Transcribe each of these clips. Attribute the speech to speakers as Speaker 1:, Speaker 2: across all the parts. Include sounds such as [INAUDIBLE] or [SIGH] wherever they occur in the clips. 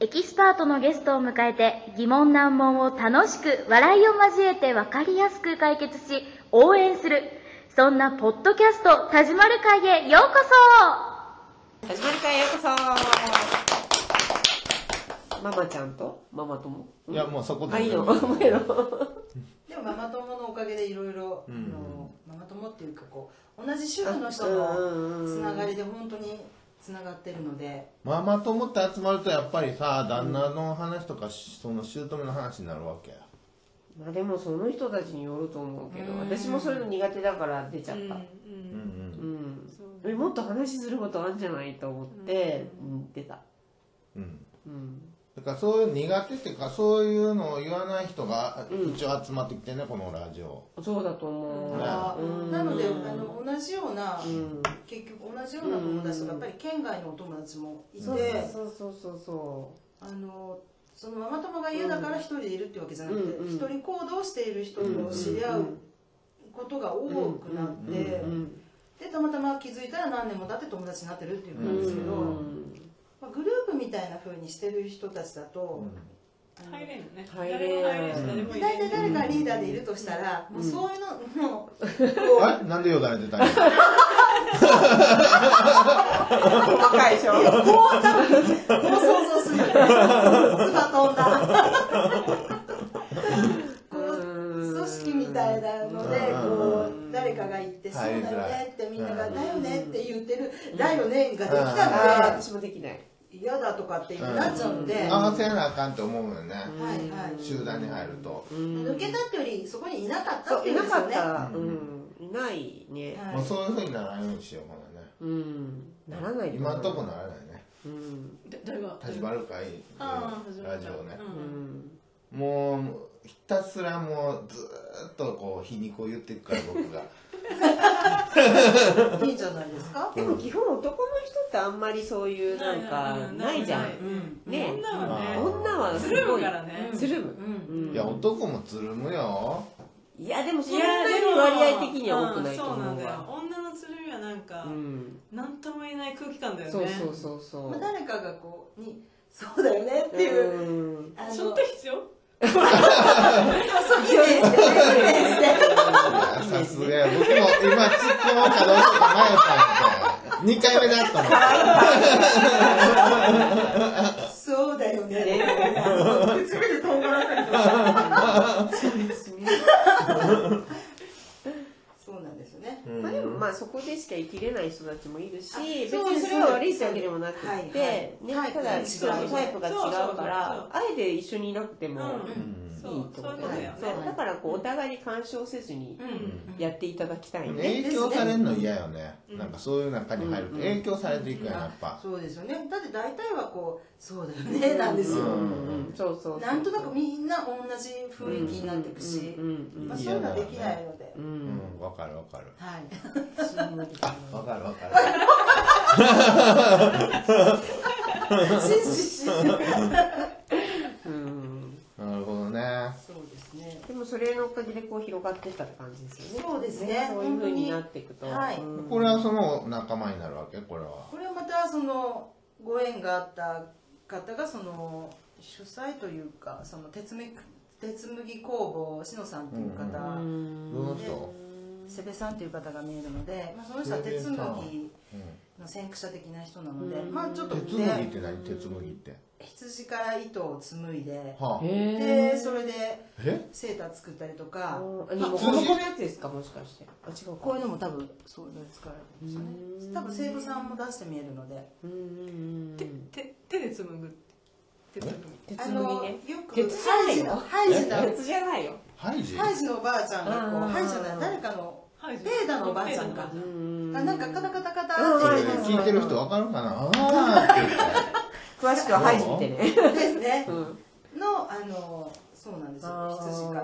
Speaker 1: エキスパートのゲストを迎えて疑問難問を楽しく笑いを交えて分かりやすく解決し応援するそんなポッドキャスト「田島る会」へようこ
Speaker 2: 始まり会へようこそママちゃんとママ友
Speaker 3: いやもうそこで
Speaker 2: あいいのお前の
Speaker 4: でもママ友のおかげでいろいろ
Speaker 3: うん
Speaker 4: ママ友っていうかこう同じ主婦の人のつながりで本当につながってるので
Speaker 3: ママ友って集まるとやっぱりさ旦那の話とかしその姑の話になるわけや
Speaker 2: まあでもその人たちによると思うけど私もそういうの苦手だから出ちゃった
Speaker 3: うんうん
Speaker 2: うん、えもっと話することあるんじゃないと思って、うん、出た
Speaker 3: うん
Speaker 2: うん
Speaker 3: だからそういう苦手っていうかそういうのを言わない人が一応集まってきてねこのラジオ
Speaker 2: そうだと思う、
Speaker 4: あ
Speaker 2: うん
Speaker 4: ーなのであの同じような
Speaker 2: うん、
Speaker 4: 結局同じような友達とかやっぱり県外のお友達もいて
Speaker 2: そうそうそうそうそ
Speaker 4: あのそのママ友が嫌だから一人でいるってわけじゃなく
Speaker 2: うん
Speaker 4: て一人行動している人と知り合うことが多くなって
Speaker 2: う、うん
Speaker 4: でたまたま気づいたら何年も経って友達になってるっていう
Speaker 2: う
Speaker 4: ことなんですけど。
Speaker 2: ん、
Speaker 4: まあ、グループみたいな風にしてる人たちだと、
Speaker 5: 入れんのね。
Speaker 2: 入れん
Speaker 5: 誰も入れんし、誰も
Speaker 4: 大
Speaker 5: 入れ
Speaker 4: 体
Speaker 5: ん
Speaker 4: 誰がリーダーでいるとしたら、もうそういうのもう
Speaker 3: あれなんでよだれ出たんや
Speaker 2: 細かいでしょ
Speaker 4: こう想像するよね [LAUGHS] つば飛んだこの組織みたいなのでこう誰かが言って「そうだよね」ってみんなが「だよね」って言ってる「だよね」がで
Speaker 2: あ
Speaker 4: きた
Speaker 2: ー
Speaker 4: ので
Speaker 2: 私もできない
Speaker 4: 嫌だとかってなっちゃうので、
Speaker 3: 合
Speaker 4: は
Speaker 3: わせなあかんって思うよね
Speaker 4: いはい
Speaker 3: 集団に入ると
Speaker 4: 抜けたってよりそこにいなかった
Speaker 2: そ
Speaker 4: っ
Speaker 2: う
Speaker 4: てい
Speaker 2: いうなん
Speaker 4: です
Speaker 2: か
Speaker 4: よ
Speaker 2: っ
Speaker 4: ね。
Speaker 2: た、うん、いないね、
Speaker 4: はい
Speaker 3: もうそういうふうにならんようにしようかなね
Speaker 2: うん、ならないよ
Speaker 3: 今んとこならないね
Speaker 2: うん、
Speaker 5: だ誰が。
Speaker 3: 始まるかいい
Speaker 5: ああ、始ま
Speaker 3: ラ
Speaker 5: る
Speaker 3: ジオね
Speaker 2: うん、
Speaker 3: もうひたすらもうずーっとこう皮肉を言っていくから僕が
Speaker 4: いいんじゃないですか。
Speaker 2: でも基本男の人ってあんまりそういうなんかないじゃん、
Speaker 4: うん
Speaker 2: ね
Speaker 5: 女はね、
Speaker 2: 女は
Speaker 5: つ
Speaker 2: す
Speaker 5: る
Speaker 2: ご
Speaker 5: む
Speaker 2: い
Speaker 5: からね。
Speaker 2: つるむ、
Speaker 4: うん
Speaker 2: うん、
Speaker 3: いや男もつるむよ
Speaker 2: いやでもそれぐらいの割合的には多くないと
Speaker 5: うんそうな
Speaker 2: 思
Speaker 5: ん
Speaker 2: う
Speaker 5: だよ
Speaker 2: わ。
Speaker 5: 女のつるみはなんか
Speaker 2: う、ん、
Speaker 5: なんとも言えない空気感だよね。
Speaker 2: そうそうそうそ
Speaker 4: まあ、
Speaker 2: う。
Speaker 4: 誰かがこうに「そうだよね」ってい
Speaker 2: [LAUGHS]
Speaker 4: う、
Speaker 2: うん
Speaker 4: あの
Speaker 5: その時必要
Speaker 4: そう
Speaker 2: [LAUGHS]
Speaker 4: いうイメージでねイメージで
Speaker 3: さすがや、僕も今突っ込もうかどうか迷ったんで、2回目だったの。
Speaker 4: そうだよね [LAUGHS]
Speaker 2: ね
Speaker 4: 唇とんがらないとか
Speaker 2: [LAUGHS]
Speaker 4: そうなんですよね
Speaker 2: まあでもまあそこでしか生きれない人たちもいるし、
Speaker 4: あ
Speaker 2: 別
Speaker 4: そうで
Speaker 2: に
Speaker 4: す
Speaker 2: それは悪いってわけでもなく
Speaker 4: はいは
Speaker 2: っ
Speaker 4: い
Speaker 2: て、ね
Speaker 4: タイプ
Speaker 2: た
Speaker 4: が
Speaker 2: だ
Speaker 4: 違う
Speaker 2: 人のタイプが違う
Speaker 5: そ
Speaker 2: か
Speaker 5: うそうそう
Speaker 2: ら、あえて一緒にいなくて
Speaker 5: う
Speaker 2: もいい
Speaker 5: ん。そ
Speaker 2: と
Speaker 5: う、そうい
Speaker 2: 思
Speaker 5: うこと
Speaker 2: う
Speaker 5: だよ
Speaker 2: そ
Speaker 5: ね。
Speaker 2: うだからこうお互いに干渉せずに
Speaker 4: うん
Speaker 2: やっていただきたいね。
Speaker 3: 影響されるの嫌よね。なんかそういう中に入ると影響されていくやん、やっぱ。
Speaker 4: そうですよねだって大体はこう「そうだよね」なんです
Speaker 2: う
Speaker 4: よ、
Speaker 2: んうん、そうそうそう。
Speaker 4: なんとなくみんな同じ雰囲気になっていくし、
Speaker 2: うんうん
Speaker 4: まあ、そういうのはできないので、
Speaker 2: う。
Speaker 3: うんん、わかるわかる。
Speaker 4: はい [LAUGHS]
Speaker 3: あ、わかるわかる。
Speaker 4: しししそう
Speaker 2: うん。
Speaker 3: なるほどね。
Speaker 4: ですね
Speaker 2: でもそれのおかげでこう広がってったって感じですよね。
Speaker 4: そうですね
Speaker 2: そういう風になっていくと。
Speaker 4: 本当にはい
Speaker 2: うん
Speaker 3: これはその仲間になるわけこれは。
Speaker 4: これはまたそのご縁があった方がその主催というかその鉄麦鉄麦工房しのさんという方、
Speaker 3: どの人
Speaker 4: 瀬部さんという方が見えるので、まあ、その人は鉄麦の先駆者的な人なので、まあちょっと
Speaker 3: 鉄麦っ
Speaker 4: ね
Speaker 3: て何鉄麦って。
Speaker 4: 羊から糸を紡いで
Speaker 3: はあ、
Speaker 4: でそれで
Speaker 3: え
Speaker 4: セーター作ったりとか
Speaker 2: あの、もこの子のやつですか、もしかして。あ、違う
Speaker 4: こういう
Speaker 2: か。
Speaker 4: のも多分そういうのに使われてますよね多分生徒さんも出して見えるので
Speaker 2: うんうん
Speaker 5: 手、手手で紡ぐ。手で紡
Speaker 2: 鉄
Speaker 4: あ
Speaker 2: 麦
Speaker 4: のよ
Speaker 2: ね。
Speaker 4: く
Speaker 2: 鉄じゃないよ
Speaker 4: ハイジのハイジの
Speaker 2: 鉄じゃないよ。
Speaker 3: ハイジ
Speaker 4: ハイジのおばあちゃんがこ
Speaker 2: うん
Speaker 4: うハイジじゃない誰かの
Speaker 5: ぐ。
Speaker 4: ペーダのおばあちゃんか
Speaker 5: ペー
Speaker 4: がなんかカタカタカタ
Speaker 3: これ
Speaker 4: って
Speaker 3: 聞いてる人わかるかなああって言って。
Speaker 2: 詳しくはハイジってね。
Speaker 4: ですね
Speaker 2: ん
Speaker 4: のあのそうなんですよ羊から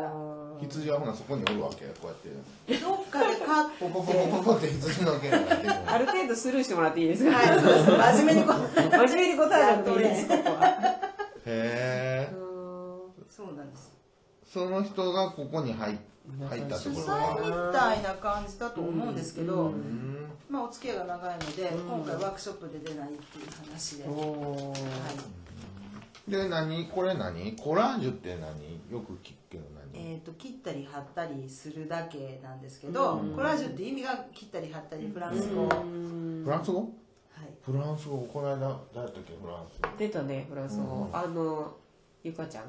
Speaker 3: 羊はほなそこにおるわけこうやって
Speaker 4: どっかで飼って
Speaker 3: ポコポコポコって羊の毛が出てくる
Speaker 2: ある程度スルーしてもらっていいですか。
Speaker 4: はいそうです真面目にこう
Speaker 2: 真面目に答えなくていいです。ここは
Speaker 3: へえ
Speaker 4: そうなんです
Speaker 3: その人がここに入っ入ったって
Speaker 4: 主
Speaker 3: こと
Speaker 4: 催
Speaker 3: か
Speaker 4: みたいな感じだと思うんですけ
Speaker 3: う
Speaker 4: ど
Speaker 3: ん
Speaker 4: まあお付き合いが長いので今回ワークショップで出ないっていう話で
Speaker 2: おー
Speaker 4: はい
Speaker 3: で何これ何コラージュって何よく聞くけど何、
Speaker 4: えー、と切ったり貼ったりするだけなんですけど、コラージュって意味が切ったり貼ったりフランス語、はい、
Speaker 3: フランス語フランス語この間誰だったっけフランス語
Speaker 2: 出たねフランス語、あのゆかちゃん
Speaker 4: へ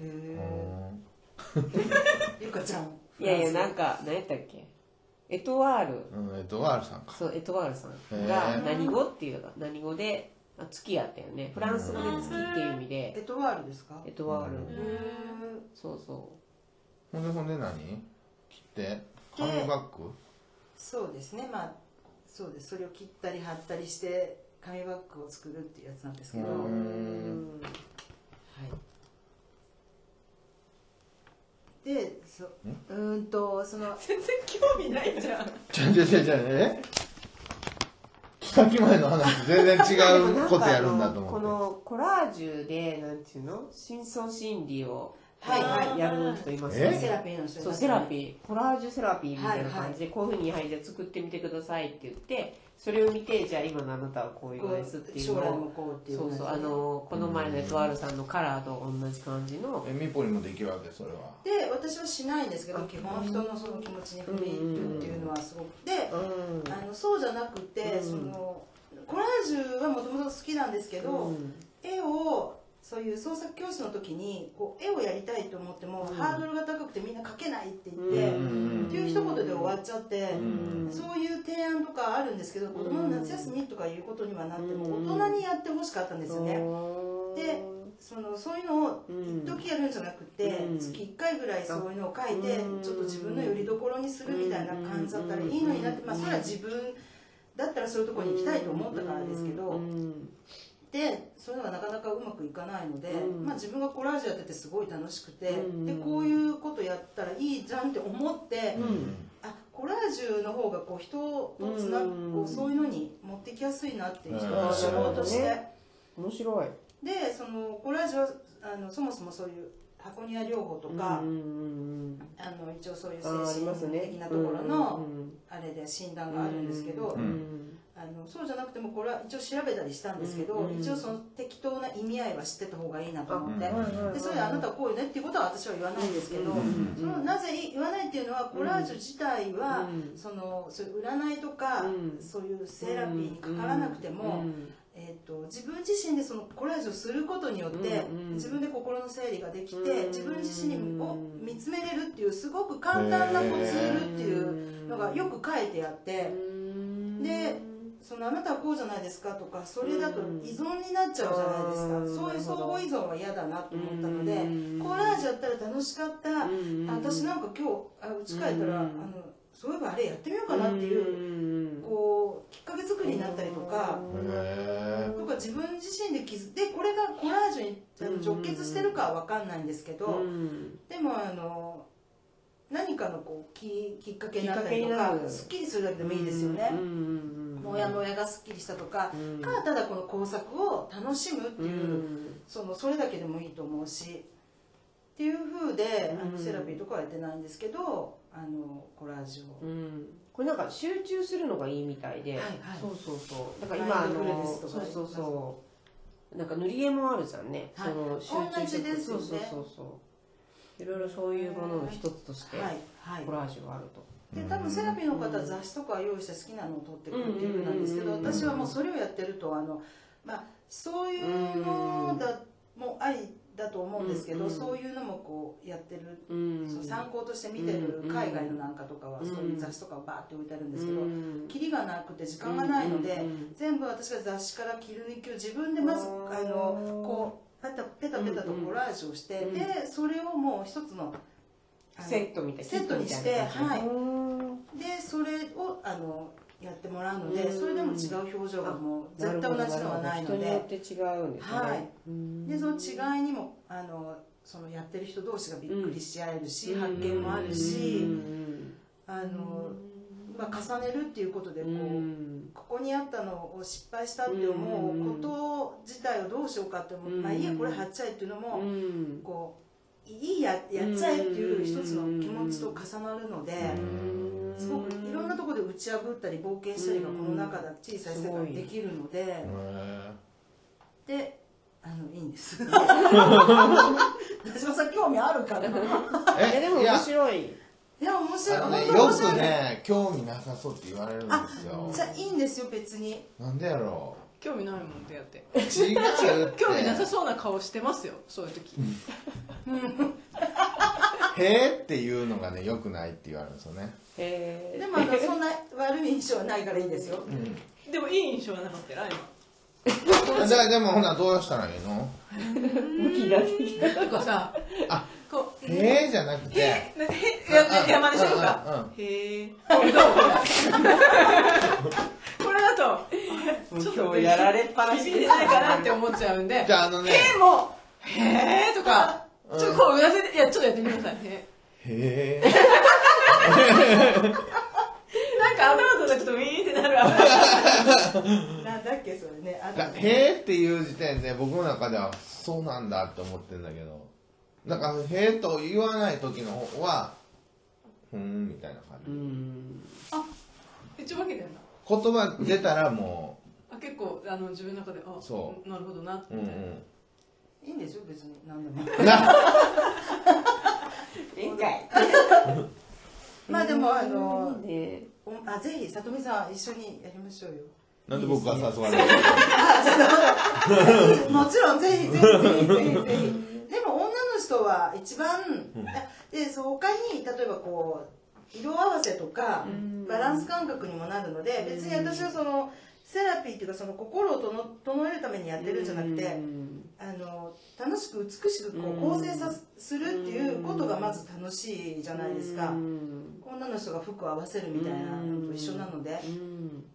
Speaker 4: え
Speaker 3: うん
Speaker 4: ゆかちゃん
Speaker 2: いやいやなんか何やったっけエトワール
Speaker 3: うんえっとワールさんか
Speaker 2: そうエトワールさん
Speaker 3: へ
Speaker 2: が
Speaker 3: ー
Speaker 2: 何語っていうのが何語であ月やったよねフランス語で月っていう意味
Speaker 4: エ
Speaker 2: で
Speaker 4: トワールですか
Speaker 2: エトワール
Speaker 4: へえ
Speaker 2: そうそう
Speaker 3: ほんでほんで何切ってカムバック
Speaker 4: そうですねまあそうですそれを切ったり貼ったりして紙バッグを作るっていうやつなんですけど、
Speaker 3: う
Speaker 4: はい、
Speaker 3: ん
Speaker 4: でそうーんとその
Speaker 5: 全然興味ないじゃん
Speaker 3: ちゃちゃちゃちゃえ来たき前の話全然違うことやるんだと
Speaker 2: こ
Speaker 3: 思って
Speaker 2: のコラージュでなんていうの深層心理を
Speaker 4: はいはい
Speaker 2: やる人います
Speaker 3: え
Speaker 4: セラピーの人い
Speaker 2: そ
Speaker 4: ま
Speaker 2: う
Speaker 4: すね
Speaker 2: セラピーコラージュセラピーみたいな感じで、こういうふうにはいじゃあ作ってみてくださいって言ってそれを見てじゃあ今のあなたはこういうのですっていう
Speaker 4: 将
Speaker 2: の
Speaker 4: 来も
Speaker 2: を
Speaker 4: こうっていう
Speaker 2: そ
Speaker 4: 感
Speaker 2: う
Speaker 4: じで
Speaker 2: そうあのこの前のエトワールさんのカラーと同じ感じの
Speaker 3: えみぽりもできるわけそれは
Speaker 4: で私はしないんですけど基本人のその気持ちに触れるっていうのはすごくて、
Speaker 2: うん
Speaker 4: あのそうじゃなくて、
Speaker 2: うん
Speaker 4: そのコラージュはもともと好きなんですけど、
Speaker 2: うん
Speaker 4: 絵をそういう創作教室の時にこう絵をやりたいと思っても、
Speaker 2: うん
Speaker 4: ハードルが高くてみんな描けないって言っ
Speaker 2: う
Speaker 4: て、
Speaker 3: ん
Speaker 4: っていう一言で終わっちゃって、
Speaker 3: ん
Speaker 4: そういう提案とかあるんですけど子供の夏休みとかいうことにはなっても大人にやってほしかったんですよね。でそのそういうのを
Speaker 2: うん
Speaker 4: 一時やるんじゃなくて、
Speaker 2: うん
Speaker 4: 月1回ぐらいそういうのを書いて、
Speaker 2: うん
Speaker 4: ちょっと自分のよりどころにするみたいな感じだったらいいのになって、まあ、それは自分だったらそういうところに行きたいと思ったからですけど、
Speaker 2: うん
Speaker 4: でそういうのがなかなかうまくいかないので、
Speaker 2: うん
Speaker 4: まあ、自分がコラージュやっててすごい楽しくて、
Speaker 2: うん
Speaker 4: でこういうことやったらいいじゃんって思って、
Speaker 2: うん
Speaker 4: あコラージュの方がこう人とつな、
Speaker 2: うん
Speaker 4: こうそういうのに持ってきやすいなっていう人
Speaker 3: うん
Speaker 4: の仕事として。
Speaker 2: なるほどね面白い
Speaker 4: でそのコラージュはあのそもそもそういう箱庭療法とか、
Speaker 2: うんうんうん
Speaker 4: あの一応そういう精
Speaker 2: あーあり
Speaker 4: 神
Speaker 2: ますね
Speaker 4: 的なところの
Speaker 2: うんうん
Speaker 4: あれで診断があるんですけど、
Speaker 3: ん
Speaker 4: あのそうじゃなくてもこれは一応調べたりしたんですけど、
Speaker 2: うん
Speaker 4: 一応その適当な意味合いは知ってた方がいいなと思って、
Speaker 3: あうん
Speaker 4: でそれであなたはこうよねっていうことは私は言わないんですけど、
Speaker 2: うん
Speaker 4: そのなぜ言わないっていうのはコラージュ自体は、
Speaker 2: うん
Speaker 4: そのそういう占いとか、
Speaker 2: うん
Speaker 4: そういうセラピーにかからなくても。
Speaker 2: うん
Speaker 4: えー、と自分自身でそのコラージュをすることによって、
Speaker 2: うんうん
Speaker 4: 自分で心の整理ができて、
Speaker 2: うん
Speaker 4: 自分自身を見つめれるっていうすごく簡単なこうツールっていうのがよく書いてあって、
Speaker 2: うん
Speaker 4: でそのあなたはこうじゃないですかとかそれだと依存になっちゃうじゃないですか、
Speaker 2: うん
Speaker 4: そういう相互依存は嫌だなと思ったので、
Speaker 2: うん
Speaker 4: コラージュやったら楽しかった、
Speaker 2: うん
Speaker 4: あ私なんか今日あ家帰ったら、
Speaker 2: うん
Speaker 4: あのそういえばあれやってみようかなっていう、
Speaker 2: うん
Speaker 4: こうきっかけ作りになったりとか。
Speaker 3: へ
Speaker 4: なんか自分自身で気づでこれがコラージュにあの直結してるかは分かんないんですけど、
Speaker 2: うん
Speaker 4: でもあの何かのこうききっかけになったりと
Speaker 2: きっか
Speaker 4: か
Speaker 2: けになる
Speaker 4: すっきりするだけでもいいですよね
Speaker 2: うん、うんうん
Speaker 4: もやもやがすっきりしたとか、
Speaker 2: うん
Speaker 4: かただこの工作を楽しむって
Speaker 2: う
Speaker 4: いう、
Speaker 2: ん
Speaker 4: そのそれだけでもいいと思うしっていう風であ
Speaker 2: う
Speaker 4: の
Speaker 2: ん
Speaker 4: セラピーとかはやってないんですけどあのコラージュを、
Speaker 2: うんこれなんか集中するのがいいみたいで、
Speaker 4: はいはい
Speaker 2: そうそうそうだから今あ
Speaker 4: ライブフル
Speaker 2: の
Speaker 4: です
Speaker 2: そ
Speaker 4: と
Speaker 2: う
Speaker 4: かね
Speaker 2: そうそうなんか塗り絵もあるじゃんね、
Speaker 4: はい
Speaker 2: その
Speaker 4: 同じですよ
Speaker 2: そう
Speaker 4: ね
Speaker 2: そうそうそういろいろそういうものの一つとして
Speaker 4: はいはい
Speaker 2: コラージュがあると、
Speaker 4: で多分セラピーの方は雑誌とか用意して好きなのを撮ってくるっていう風なんですけど
Speaker 2: うんうんうんうん
Speaker 4: 私はもうそれをやってるとあの、まあ、そういうのだもありだと思うんですけど、
Speaker 2: うんうん
Speaker 4: そういうのもこうやってる、
Speaker 2: うん
Speaker 4: その参考として見てる海外のなんかとかは
Speaker 2: うん
Speaker 4: そういう雑誌とかをバーって置いてあるんですけ
Speaker 2: う
Speaker 4: ど。
Speaker 2: ん
Speaker 4: キリがなくて時間がないので、
Speaker 2: うんうんうん
Speaker 4: 全部私が雑誌から切り抜きを自分でまずあ
Speaker 2: お
Speaker 4: の
Speaker 2: ー
Speaker 4: こうペタペタペタとコラージュをして、
Speaker 2: うん
Speaker 4: でそれをもう一つのあの
Speaker 2: セットみたいな
Speaker 4: セットにしてはい
Speaker 2: うん
Speaker 4: でそれをあのやってもらうので
Speaker 2: うん
Speaker 4: それでも違う表情がもう絶対同じのはないの
Speaker 2: るほどるほど人によ
Speaker 4: で
Speaker 2: って違うんですね、
Speaker 4: はい
Speaker 2: うん
Speaker 4: でその違いにもあのそのやってる人同士がびっくりし合えるし、
Speaker 2: うん
Speaker 4: 発見もある
Speaker 2: う
Speaker 4: し、
Speaker 2: ん
Speaker 4: あのまあ、重ねるっていうことでこ
Speaker 2: う
Speaker 4: う、
Speaker 2: ん
Speaker 4: ここにあったのを失敗したって思うこと自体をどうしようかって思う、
Speaker 2: うん
Speaker 4: まあいいやこれ貼っちゃえっていうのも、
Speaker 2: うん
Speaker 4: こういいややっちゃえっていう一つの気持ちと重なるので。すごくいろんなところで打ち破ったり冒険したりがこの中だ小さい世界でできるので、
Speaker 3: え
Speaker 4: であんです。私もさ興味あるから。い
Speaker 2: いやでも
Speaker 3: いや
Speaker 2: 面白い
Speaker 4: や面白い。
Speaker 3: あの
Speaker 4: 本
Speaker 3: ね
Speaker 4: 当面
Speaker 3: よ
Speaker 4: 白い。
Speaker 3: くね興味なさそうって言われるんで
Speaker 4: あ
Speaker 3: すよ
Speaker 4: じゃあいいんですよ別に。
Speaker 3: なんでやろ
Speaker 5: 興味ないもんってやって
Speaker 3: う違うって
Speaker 5: 興味なさそうな顔してますよそういう時
Speaker 3: へーっていうのがね良くないって言われるんですよね
Speaker 2: へ
Speaker 4: でもなんかそんな悪い印象はないからいいですよ。
Speaker 5: でもいい印象はなかったよ
Speaker 3: じゃあでもほなどうしたらいいの
Speaker 2: え向きができた
Speaker 5: 今なんかさ
Speaker 3: あ
Speaker 5: こう
Speaker 3: へーじゃなくて
Speaker 5: へなんかへやや真似しようかへえこれだと
Speaker 2: もう今日やられっぱなし
Speaker 5: 響いてないかなって思っちゃうんで
Speaker 3: じゃああのね
Speaker 5: へえもへえとかちょっとこううなせていやちょっとやってみてくださいへ
Speaker 3: へ
Speaker 5: えなんか頭叩くとウィーンってなるわ
Speaker 4: なんだっけそれね。あ
Speaker 3: ーだへーっていう時点で僕の中ではそうなんだって思ってんだけどだからへーと言わない時の方はふーんみたいな感
Speaker 2: う
Speaker 3: じ
Speaker 2: ん
Speaker 5: 一応分けてんだ
Speaker 3: 言葉出たらも
Speaker 5: あ結構あの自分の中であ
Speaker 3: そ
Speaker 5: なるほどな
Speaker 3: ううんうん
Speaker 4: いいんですよ別に何でも。
Speaker 2: いいんかい
Speaker 4: まあでもあの
Speaker 2: いいね
Speaker 4: おあぜひさとみさん一緒にやりましょうよ。
Speaker 3: なんで僕が誘われるの
Speaker 4: [LAUGHS] もちろんぜひぜひぜひぜひぜひでも女の人は一番、でそう他に例えばこう色合わせとかバランス感覚にもなるので別に私はそのセラピーっていうかその心をとの整えるためにやってるんじゃなくてあの楽しく美しくこう構成さするっていうことがまず楽しいじゃないですか女の人が服を合わせるみたいなのと一緒なので。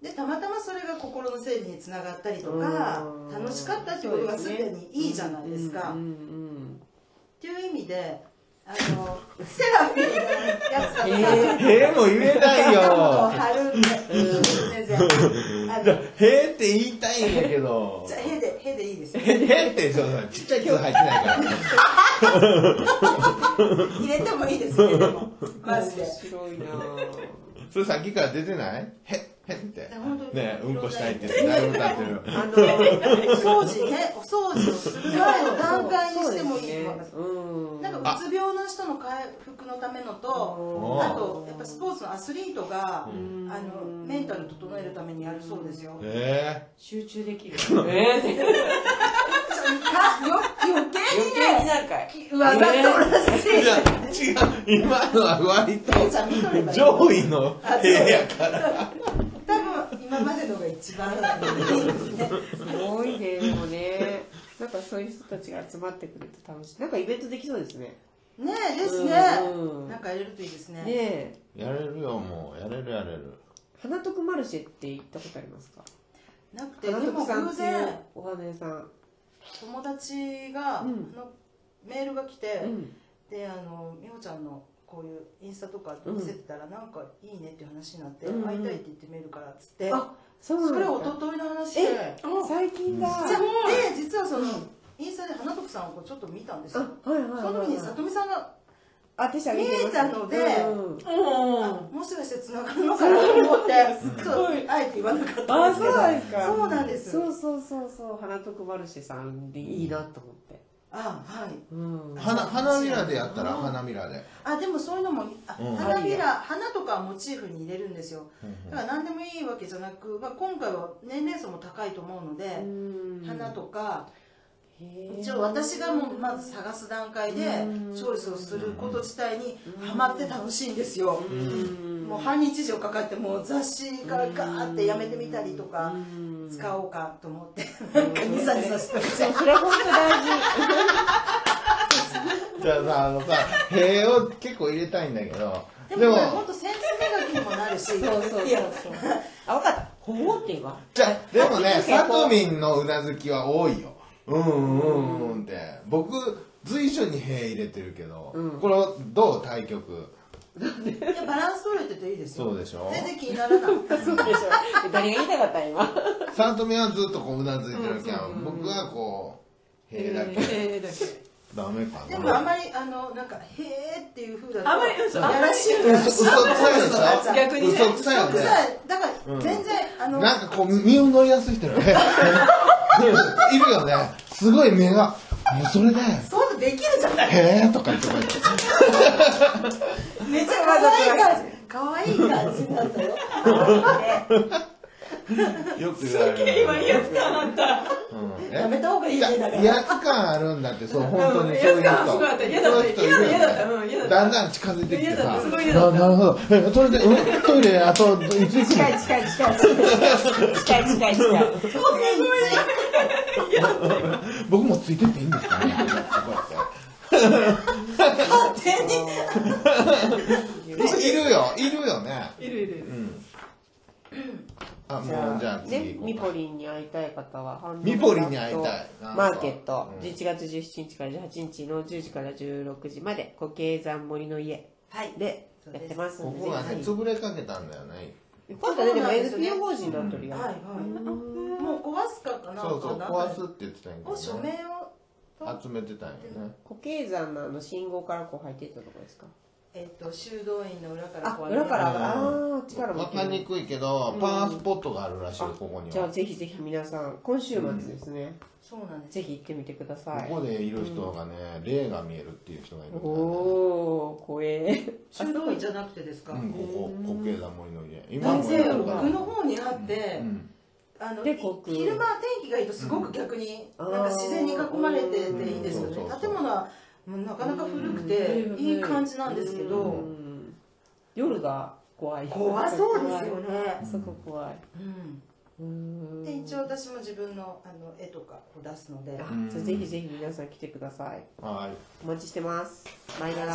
Speaker 4: でたまたまそれが心の整理につながったりとか楽しかったってことがすでにいいじゃないですか。っていう意味であのセラピーのやつだ
Speaker 3: へ
Speaker 4: とか。
Speaker 3: ーも言えない
Speaker 4: ものを
Speaker 3: よ
Speaker 4: 貼るんで、全然。あの、じゃ
Speaker 3: [LAUGHS] へーって言いたいんだけど
Speaker 4: あ、へで、へでいいですよ。
Speaker 3: へへってそうそうちっちゃい傷入ってないから
Speaker 4: 入れてもいいですよ、でも。マジで。
Speaker 2: 面白いなぁ
Speaker 3: それさっきから出てないへっへってね
Speaker 4: 本当に
Speaker 3: えうんこしたいってなる歌ってる
Speaker 2: あの
Speaker 4: お掃除ね、お掃除をする前の段階にしてもいいと思います。
Speaker 2: うん
Speaker 4: なんかうつ病の人の回復のためのと
Speaker 3: あ
Speaker 4: あとやっぱスポーツのアスリートが、
Speaker 3: ん
Speaker 4: あのメンタル整えるためにやるそうですよ。
Speaker 3: へ
Speaker 2: 集中できる。ええ余
Speaker 4: かよ余計
Speaker 2: 計になんかい。
Speaker 4: にねわざとらし
Speaker 3: え
Speaker 4: い。
Speaker 3: じゃあ違う今のは割と
Speaker 4: じゃあ見とればいい。
Speaker 3: 上位の
Speaker 4: あ
Speaker 3: 部屋やから
Speaker 4: 多分今までのが一番いいですね。
Speaker 2: すごいね、でもね。なんかそういう人たちが集まってくると楽しい。なんかイベントできそうですね。
Speaker 4: ねえですね
Speaker 2: うん。
Speaker 4: なんか入れるといいです
Speaker 2: ね
Speaker 4: ね。
Speaker 2: え。
Speaker 3: やれるよもうやれるやれる
Speaker 2: 花徳マルシェって行ったことありますか
Speaker 4: なくてで
Speaker 2: 花
Speaker 4: も
Speaker 2: 徳さん
Speaker 4: 偶
Speaker 2: っていう
Speaker 4: 然
Speaker 2: お花屋さん。
Speaker 4: 友達が、
Speaker 2: うん
Speaker 4: あのメールが来て。
Speaker 2: うん。
Speaker 4: であの美穂ちゃんのこういうインスタとか見せてたらなんかいいねっていう話になって、
Speaker 2: うんうん
Speaker 4: 会いたいって言ってメールからっつって、
Speaker 2: あ、そうなん
Speaker 4: そ
Speaker 2: で
Speaker 4: れ
Speaker 2: す
Speaker 4: お
Speaker 2: か
Speaker 4: とといの話でじゃ
Speaker 2: え、最近だ。
Speaker 4: あで実はその、インスタで花徳さんをこうちょっと見たんですよ
Speaker 2: あ、はいはいはい。
Speaker 4: その時に里美さんが
Speaker 2: あ、手下げてます
Speaker 4: 見えたので
Speaker 2: うん
Speaker 5: うん
Speaker 4: もしかしてつながるのかなと思ってそうあえて言わなかったん
Speaker 2: あ、
Speaker 4: ですけ
Speaker 2: そう
Speaker 4: ど
Speaker 2: なんですか。
Speaker 4: そうなん
Speaker 2: そう
Speaker 4: です
Speaker 2: そうそうそう、花徳マルシェさんでいいなと思って。
Speaker 4: あはい
Speaker 2: うん。
Speaker 3: 花花びらでやったら花びらで
Speaker 4: あでもそういうのもあ、
Speaker 3: うん
Speaker 4: 花びら花とかはモチーフに入れるんですよだから何でもいいわけじゃなく、まあ、今回は年齢層も高いと思うので、
Speaker 2: うん
Speaker 4: 花とか、
Speaker 2: へー
Speaker 4: 一応私がもうまず探す段階でチョイスをすること自体にハマって楽しいんですよ、もう半日以上かかってもう雑誌からガーってやめてみたりとか使おうかと思ってなんかニサニサして
Speaker 2: そうそれ本当大事。
Speaker 3: じゃあさあのさ
Speaker 4: [LAUGHS]
Speaker 3: 「へーを結構入れたいんだけど
Speaker 4: でもこれほんとセンス磨きにもなるし
Speaker 2: そうそうそう
Speaker 4: いや
Speaker 2: そう。あ、わかった。ほほって言わ。
Speaker 3: じゃあでもね、さとみんのうなずきは多いよ。うんうんうんうんって。僕、随所に塀入れてるけど、これどう対局。
Speaker 4: いやバランス取れてていいですよ
Speaker 3: そうでしょ
Speaker 4: 全然気にならない
Speaker 2: そうでしょ。誰が言いたかった今。
Speaker 3: さとみはずっとこううなずいてるけど、僕はこう、塀だけ。
Speaker 5: へえだけ
Speaker 3: ダメか
Speaker 4: で
Speaker 3: な。
Speaker 4: もあんまりあのなんか「へーっていう風だと
Speaker 5: あんまり嘘
Speaker 4: やらしい
Speaker 3: 嘘嘘くさいでしょ
Speaker 5: 逆にね
Speaker 3: 嘘くさいよ
Speaker 4: 嘘くさ
Speaker 3: ね。
Speaker 4: いだから全然、あの [LAUGHS]
Speaker 3: なんかこう、身を乗りやすい人よね。いるよね。すごい目が、もうそれで、
Speaker 4: そんなできるじゃない
Speaker 3: へーとか言ってこうやって
Speaker 4: めっちゃ可愛い感じ可愛い感じだったよ
Speaker 3: よく言われる。今、威圧感あった。
Speaker 4: やめた方がいいねだから
Speaker 3: いや威圧感あるんだって、そう、本当にそういう人。
Speaker 5: 威圧感すごいあった嫌だった
Speaker 3: そういう人いるよね
Speaker 5: 嫌だった嫌だったうん嫌だった
Speaker 3: だんだん近づいてきて
Speaker 5: 嫌だ
Speaker 3: さ
Speaker 5: ったすごい嫌だ
Speaker 3: な
Speaker 5: った
Speaker 3: なるほど。えそれで、うんトイレ、あと、いつ行く
Speaker 4: 近い近い近い近い近い近い近い
Speaker 3: の僕もついてっていいんですかねこうや
Speaker 4: 勝手に
Speaker 5: [LAUGHS]
Speaker 3: って。いるよ、いるよね。
Speaker 5: いるいるいる
Speaker 3: うん。あ、もう、じゃあ次
Speaker 2: ね、
Speaker 3: 行こう
Speaker 2: ミ
Speaker 3: か
Speaker 2: ポリンに会いたい方は、ハン
Speaker 3: ミポリンに会いたい
Speaker 2: マーケット、
Speaker 3: うん
Speaker 2: 11月17日から18日の10時から16時まで、固形山森の家
Speaker 4: はい
Speaker 2: で
Speaker 4: そう
Speaker 2: や
Speaker 4: です
Speaker 2: ってます
Speaker 3: こ
Speaker 2: んで、
Speaker 3: こがね、
Speaker 2: ぜひ
Speaker 3: 潰れかけたんだよね。
Speaker 2: 今度はね、でも NPO 法人になってるよ。
Speaker 4: はいはいもう壊すかかな
Speaker 3: そうそう、
Speaker 4: かな
Speaker 3: 壊すって言ってたんや
Speaker 4: を
Speaker 3: け
Speaker 4: 署
Speaker 3: ど
Speaker 4: 名
Speaker 3: ね。
Speaker 4: を
Speaker 3: 集めてたんよね。
Speaker 2: 固形山のあの信号からこう入っていったとこですか
Speaker 4: えっと修道院の裏から
Speaker 2: あ
Speaker 4: こ、う
Speaker 2: 裏から、
Speaker 3: う
Speaker 2: ああ、力も
Speaker 3: わかりにくいけど、パワースポットがあるらしいよ、ここに
Speaker 2: じゃ
Speaker 3: は
Speaker 2: あ。ぜひぜひ皆さん、今週末ですね、
Speaker 4: そうなんです
Speaker 2: ぜひ行ってみてください。
Speaker 3: ここでいる人がね、霊が見えるっていう人がいるんだね。
Speaker 2: おー、怖え。
Speaker 4: 修道院じゃなくてですか
Speaker 3: うん、ここ、固形だ森の家。今
Speaker 4: 男
Speaker 3: も
Speaker 4: 性
Speaker 3: や
Speaker 4: は
Speaker 3: るから
Speaker 4: 奥の方にあって、
Speaker 3: うん
Speaker 4: あの
Speaker 2: で
Speaker 4: い
Speaker 2: こう
Speaker 4: 昼間天気がいいとすごく逆に、
Speaker 2: うん
Speaker 4: なんか自然に囲まれてていいですよ
Speaker 3: うん
Speaker 4: ね
Speaker 3: そうそうそう
Speaker 4: 建物はもうなかなか古くて、
Speaker 5: うん
Speaker 4: いい感じなんですけど、
Speaker 2: うん夜が怖い。
Speaker 4: 怖そうですよね、
Speaker 2: すごく怖い。
Speaker 4: うん
Speaker 2: うん
Speaker 4: で一応私も自分のあの絵とかを出すので、
Speaker 2: あじゃあぜひぜひ皆さん来てください。
Speaker 3: はい。
Speaker 2: お待ちしてます。バイバイ。